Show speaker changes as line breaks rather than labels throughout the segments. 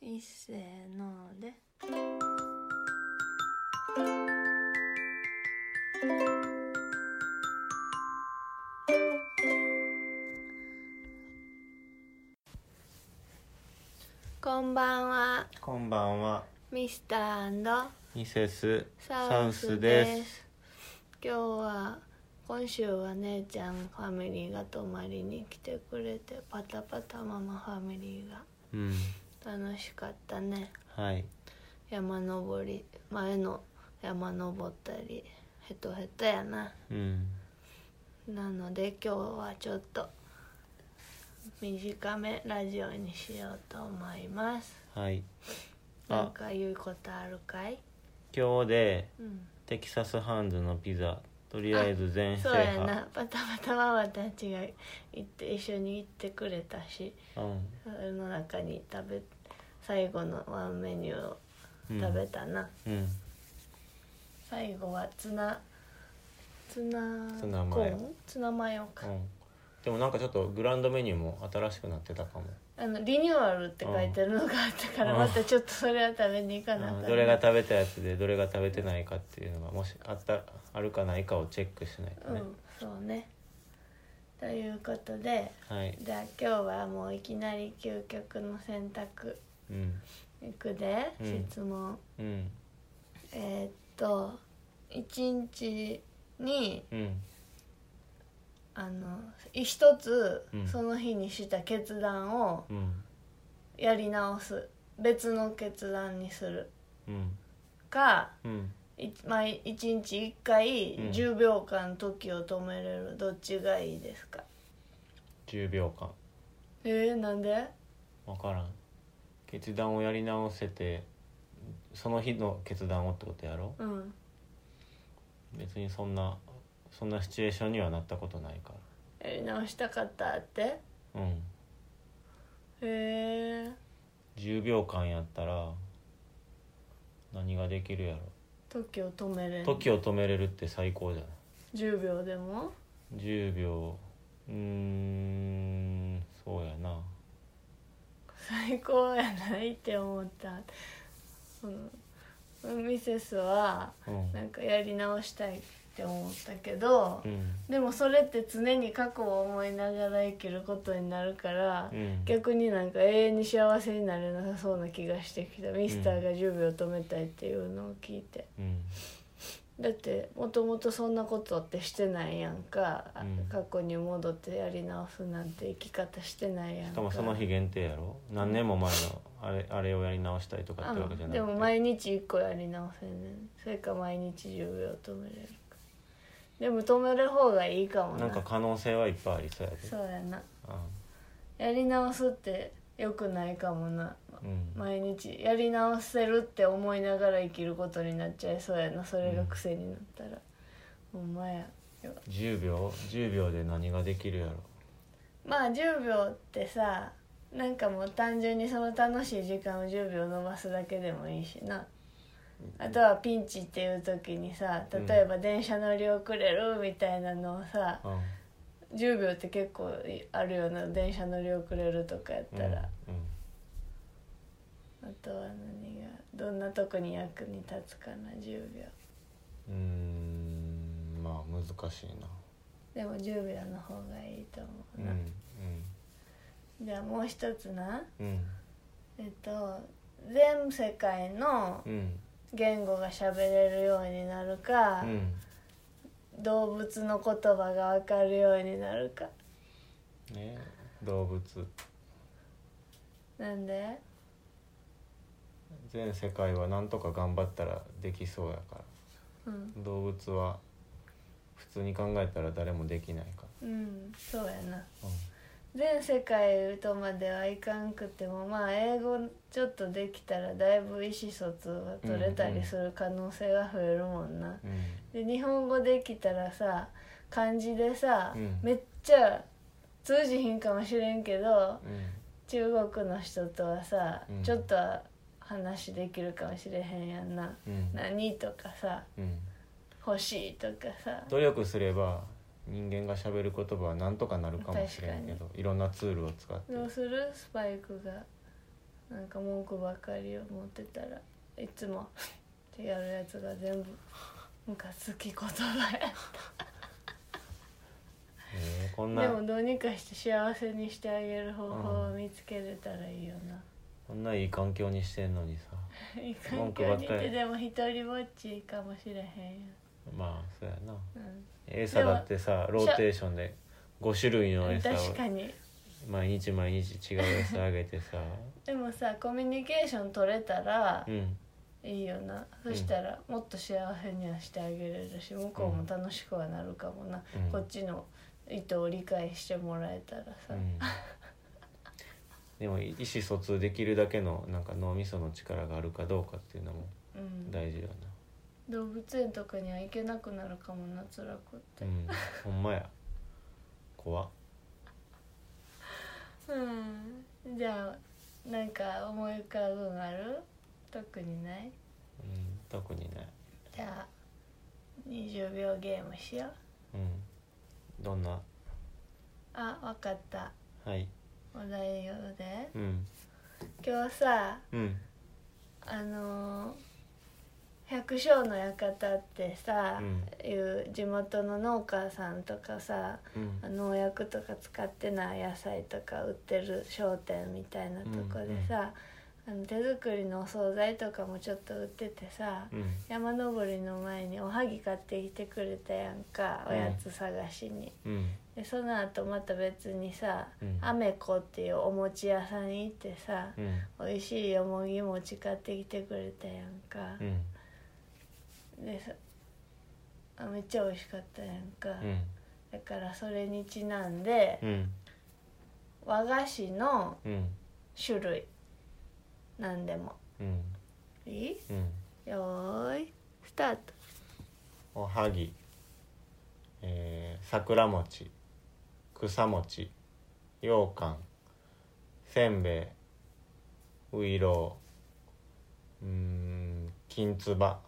いっせーのでこんばんは
こんばんは、
ミスター
ミセス
サ
サ
ウ
ウ
ス
ス
で
ですす。
今日は今週は姉ちゃんファミリーが泊まりに来てくれてパタパタママファミリーが
うん、
楽しかったね
はい、
山登り前の山登ったりヘトヘトやな
うん、
なので今日はちょっと短めラジオにしようと思います
はい。
な
あ
ん、か言うことあるかい
今日で
うん
テキサスハンズのピザ、とりあえず全制
そうや
覇。
なパタパタママたちが行って一緒に行ってくれたし
うん、
それの中に食べ最後のワンメニューを
うん
食べたな、
うん、
最後はツナツナ
ツナマヨ
コーンツナマヨか、
うん。でもなんかちょっとグランドメニューも新しくなってたかも。
あのリニューアルって書いてるのがあったから、
うん
またちょっとそれは食べに行かなあか
あ
んな
どれが食べたやつでどれが食べてないかっていうのがもしあったあるかないかをチェックしないと
う
ね、
んそうねということで
はい、
じゃあ今日はもういきなり究極の選択
うん、
いくで、
うん
質問
うん、
えーっと1日に
うん、
あの一つ
うん
その日にした決断を
うん、
やり直す別の決断にする
うん、
か
うん、
い毎一日1回
うん
10秒間時を止めれるどっちがいいですか
10秒間。
えー、なんで
分からん決断をやり直せてその日の決断をってことやろ
うん
別にそんなそんなシチュエーションにはなったことないか
やり直したかったって
らうん
えー、
10秒間やったら何ができるやろ
時を止めれる
時を止めれるって最高じゃな
10秒でも
い10秒うーんそうやな
最高やないって思ったそのミセスは
うん
なんかやり直したいって思ったけど、
うん
でもそれって常に過去を思いながら生きることになるから、
うん
逆になんか永遠に幸せになれなさそうな気がしてきたミスターが10秒止めたいっていうのを聞いて、
うん
だってもともとそんなことってしてないやんか、あ
うん
過去に戻ってやり直すなんて生き方してないやん
し
か
かもその日限定やろ何年も前のあれあれをやり直したいとか
あ
ってわけじゃな
で
い
も毎日1個やり直せんねんそれか毎日10秒止めれるかでも止める方がいいかもな
なんか可能性はいっぱいありそうやで
そうやな
うん
やり直すってよくないかもな
うん
毎日やり直せるって思いながら生きることになっちゃいそうやなそれが癖になったら、ほんまや
10秒10秒で何ができるやろ
まあ10秒ってさなんかもう単純にその楽しい時間を10秒伸ばすだけでもいいしなあとはピンチっていう時にさ例えば電車乗り遅れるみたいなのをさ、
うん
10秒って結構あるような電車乗り遅れるとかやったら、
う
あとは何がどんなとこに役に立つかな10秒
んうんうーんまあ難しいな
でも10秒の方がいいと思
う
うんな、じゃあもう一つな
うんうん
えっと全世界の
うん
言語が喋れるようになるか、
うん
動物の言葉がわかるようになるか
ね動物
なんで
全世界は何とか頑張ったらできそうやから
うん、
動物は普通に考えたら誰もできないか
うん、そうやな
ら、
全世界とまではいかんくてもまあ英語ちょっとできたらだいぶ意思疎通が取れたりする可能性が増えるもんな、
うん
で日本語できたらさ漢字でさ、
うん
めっちゃ通じひんかもしれんけど
うん
中国の人とはさ、
うん
ちょっとは話できるかもしれへんやんな「
うん
何?」とかさ
うん、うん、
「欲しい」とかさ
努力すれば人間が喋る言葉は何とかなるかもしれんけどいろんなツールを使って
どうするスパイクがなんか文句ばっかりを持ってたらいつも ってやるやつが全部ムカつき言葉や
えーこんな
でもどうにかして幸せにしてあげる方法を見つけれたらいいよな、
こんないい環境にしてんのにさ
いい環
文句
境
ばっ
にい
かり
てでも一人ぼっちかもしれへんよ、
まあそうやな
う
餌だってさローテーションで5種類の
ん、
餌を
確かに
毎日毎日違う餌あげ てさ
でもさコミュニケーション取れたら
うん
いいよな、そしたらもっと幸せにはしてあげれるし向こうも楽しくはなるかもな、
うん
こっちの意図を理解してもらえたら
う
さ、
んでも意思疎通できるだけのなんか脳みその力があるかどうかっていうのも
うん
大事よ
動物園とかには行けなくなるかもな辛くっ
な、う
て
ん、ほんまや怖っ
うん、じゃあなんか思い浮かぶのある特にない
うん特にない、
じゃあ20秒ゲームしよう
うん、どんな
あわかった
はい
お題用で
うん
今日さ
うん
あのー百姓の館ってさ、
う
いう地元の農家さんとかさ
うん
農薬とか使ってない野菜とか売ってる商店みたいなとこでさ、あの手作りのお惣菜とかもちょっと売っててさ、
うん
山登りの前におはぎ買ってきてくれたやんかおやつ探しに、
うん
でその後また別にさ、
うん
アメコっていうお餅屋さんに行ってさ、
うん
美味しいよもぎ餅買ってきてくれたやんか
う、ん
でさあめっちゃ美味しかったやんか、
うん
だからそれにちなんで、
うん
和菓子の
うん
種類何でも
うん
いい
うん
よーいスタート
おはぎ、えー、桜餅草餅羊羹せんべいウイロウうーんきんつば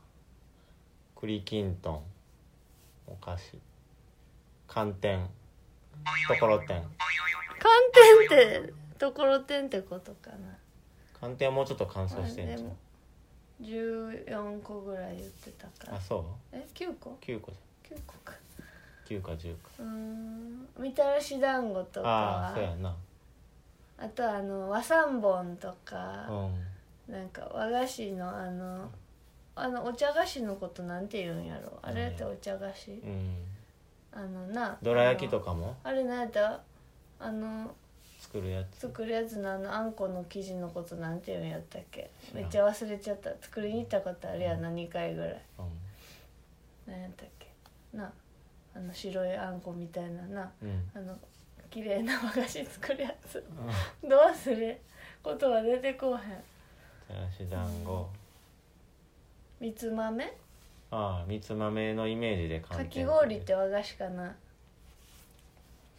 栗きんとんお菓子寒天ところてん
寒天ってところてんってことかな
寒天はもうちょっと乾燥してん
あ
じ
でも14個ぐらい言ってた
ゃん
か
あ
ら
そ
え9個
う9個じ
?9 個か
ゃん9か10か
うーんみたらし団子と
ああ
か
ーそうやな
あとあの和三盆と
う
か、
ん
なんか和菓子のあのあのお茶菓子のことなんて言うんやろあれってお茶菓子、
うん
あのな
どら焼きと
か
かも
あれなんやったあの
作るやつ
作るやつのあのあんこの生地のことなんて言うんやったっけ
知ら
め
ん
っちゃ忘れちゃった作りに行ったことあるや
うん
な2回ぐらい
うん
何やったっけなあの白いあんこみたいなな
うん
あの綺麗な和菓子作るやつ
う ん
どうすることは出てこうへん
たらし団子
みつ豆
ああみつ豆のイメージで
か
寒
き
天
氷って和菓子かな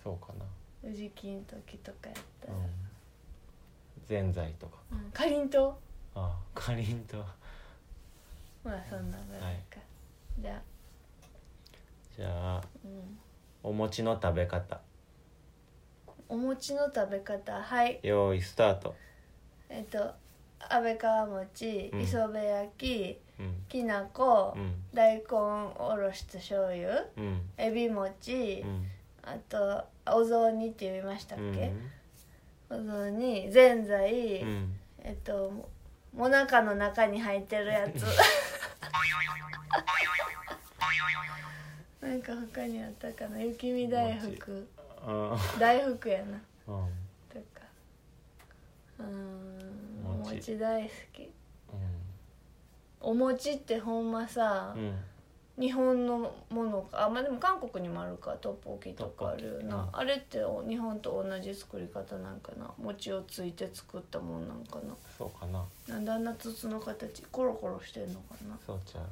そうかな
宇治金時とかやったら、
うんぜんざいとか
うん、かりんとう
ああかりんとう
まあそんなぐらいか、じゃあ
じゃあ
うん
お餅の食べ方
お餅の食べ方はい
用意スタート
えっと安倍川餅、
うん
磯辺焼き
うん
きなこ、
うん
大根おろしと醤油
うん
エビ餅、
うん
あとお雑煮って言いましたっ
うん
け、お雑煮ぜんざい、
うん
えっとももなかの中に入ってるやつなんか他にあったかな雪見大福
あ
大福やな
あうん
とかうーんお
餅
餅大好き
う
お餅ってほんまさ、
んうん
日本のものかあまあでも韓国にもあるかトッポッキとかあるよ
トッポッ
な
キ
あれってお日本と同じ作り方なんかな餅をついて作ったもんなんかな
そうかな
なんであんな筒の形コロコロしてんのかな
そうちゃん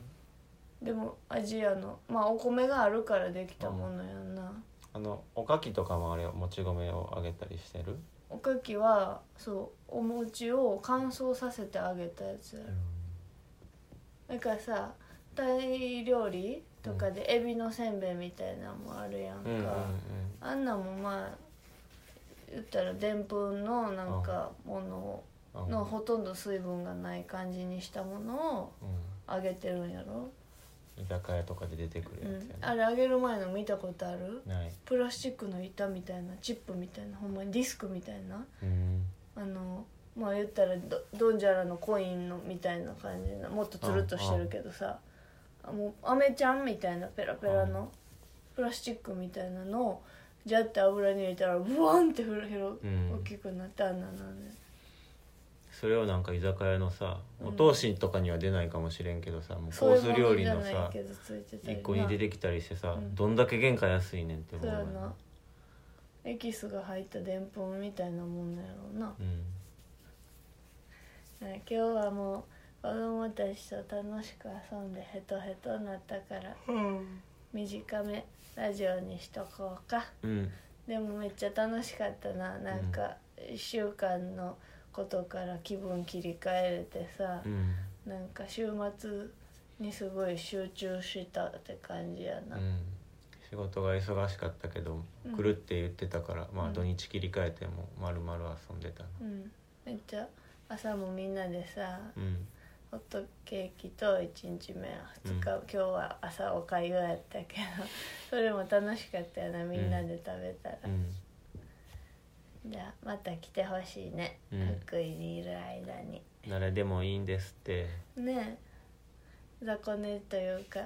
でもアジアのまあお米があるからできたものやな、
あのおかきとかもあれよもち米をあげたりしてる
おかきはそうお餅を乾燥させてあげたやつやろなんかさタイ料理とかでエビのせんべいみたいなのもあるやんか、
うんうんうん
あんなんもまあ言ったらでんぷんのなんかものを
あうん
のほとんど水分がない感じにしたものを
う
揚げてるんやろ、
ん、居酒屋とかで出てく
う
るやつ
ん
や、
あれ揚げる前の見たことある
な、ない
プラスチックの板みたいなチップみたいなほんまにディスクみたいな
うん
あのまあ言ったらどドンジャラのコインのみたいな感じのもっとつるっとしてるけどさあもうアメちゃんみたいなペラペラ
うん
のプラスチックみたいなのをジャッて油に入れたらブワンってふら広
うん
大きくなってあんなのね
それをなんか居酒屋のさ
うん
お通しとかには出ないかもしれんけどさもう
そ
コ
うい
ー
うも
ス料
の
理
じゃ
の
ない
さ
けどついてたり
一個に出てきたりしてさ、
うん
どんだけ原価安いねんって思
そう
う
や
よ
なエキスが入ったでんぷんみたいなもんなんやろうな、
うん
ね今日はもう子供たちと楽しく遊んでヘトヘトになったから、短めラジオにしとこうか
うん
でもめっちゃ楽しかったななんか1週間のことから気分切り替えれてさ
う、ん
なんか週末にすごい集中したって感じや
う
な、
ん仕事が忙しかったけど
うん
来るって言ってたから、ま
う
あ
ん
土日切り替えてもまるまる遊んでたな
うん、めっちゃ朝もみんなでさ
うん
ホットケーキと1日目2日、
う
今
ん
日は朝おかゆやったけど それも楽しかったよなみんなで食べたら、
うん
じゃあまた来てほしいね、
うん
福井にいる間に
誰でもいいんですって
ねえ雑魚寝というか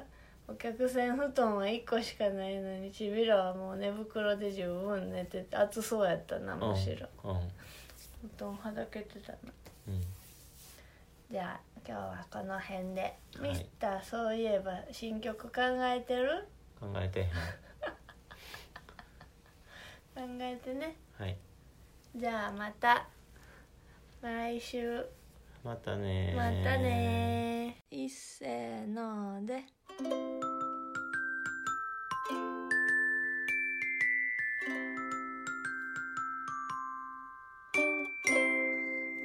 お客さん布団は1個しかないのにちびらはもう寝袋で十分寝てて暑そうやったなむしろ
うんうん
布団はだけてたな
うん
じゃあ今日はこの辺で、
い
ミスターそういえば新曲考えてる
考えてへん
考えてね
はい
じゃあまた来週
またねー
またねーいっせーので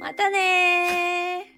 またねー